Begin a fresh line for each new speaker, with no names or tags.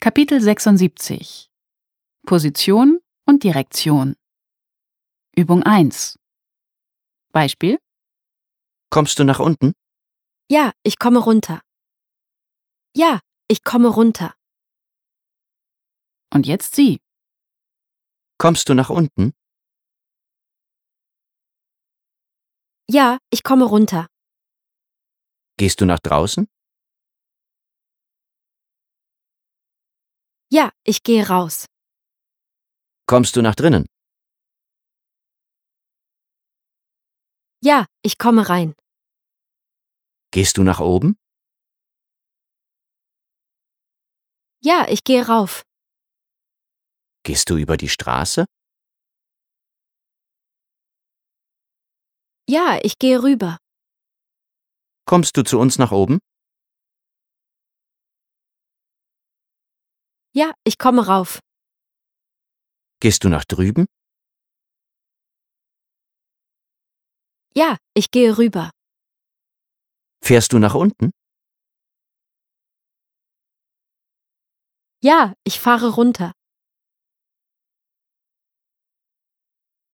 Kapitel 76 Position und Direktion Übung 1 Beispiel
Kommst du nach unten?
Ja, ich komme runter. Ja, ich komme runter.
und jetzt Sie.
Kommst du nach unten?
Ja, ich komme runter.
Gehst du nach draußen?
Ja, ich gehe raus.
Kommst du nach drinnen?
Ja, ich komme rein.
Gehst du nach oben?
Ja, ich gehe rauf.
Gehst du über die Straße?
Ja, ich gehe rüber.
Kommst du zu uns nach oben?
Ja, ich komme rauf.
Gehst du nach drüben?
Ja, ich gehe rüber.
Fährst du nach unten?
Ja, ich fahre runter.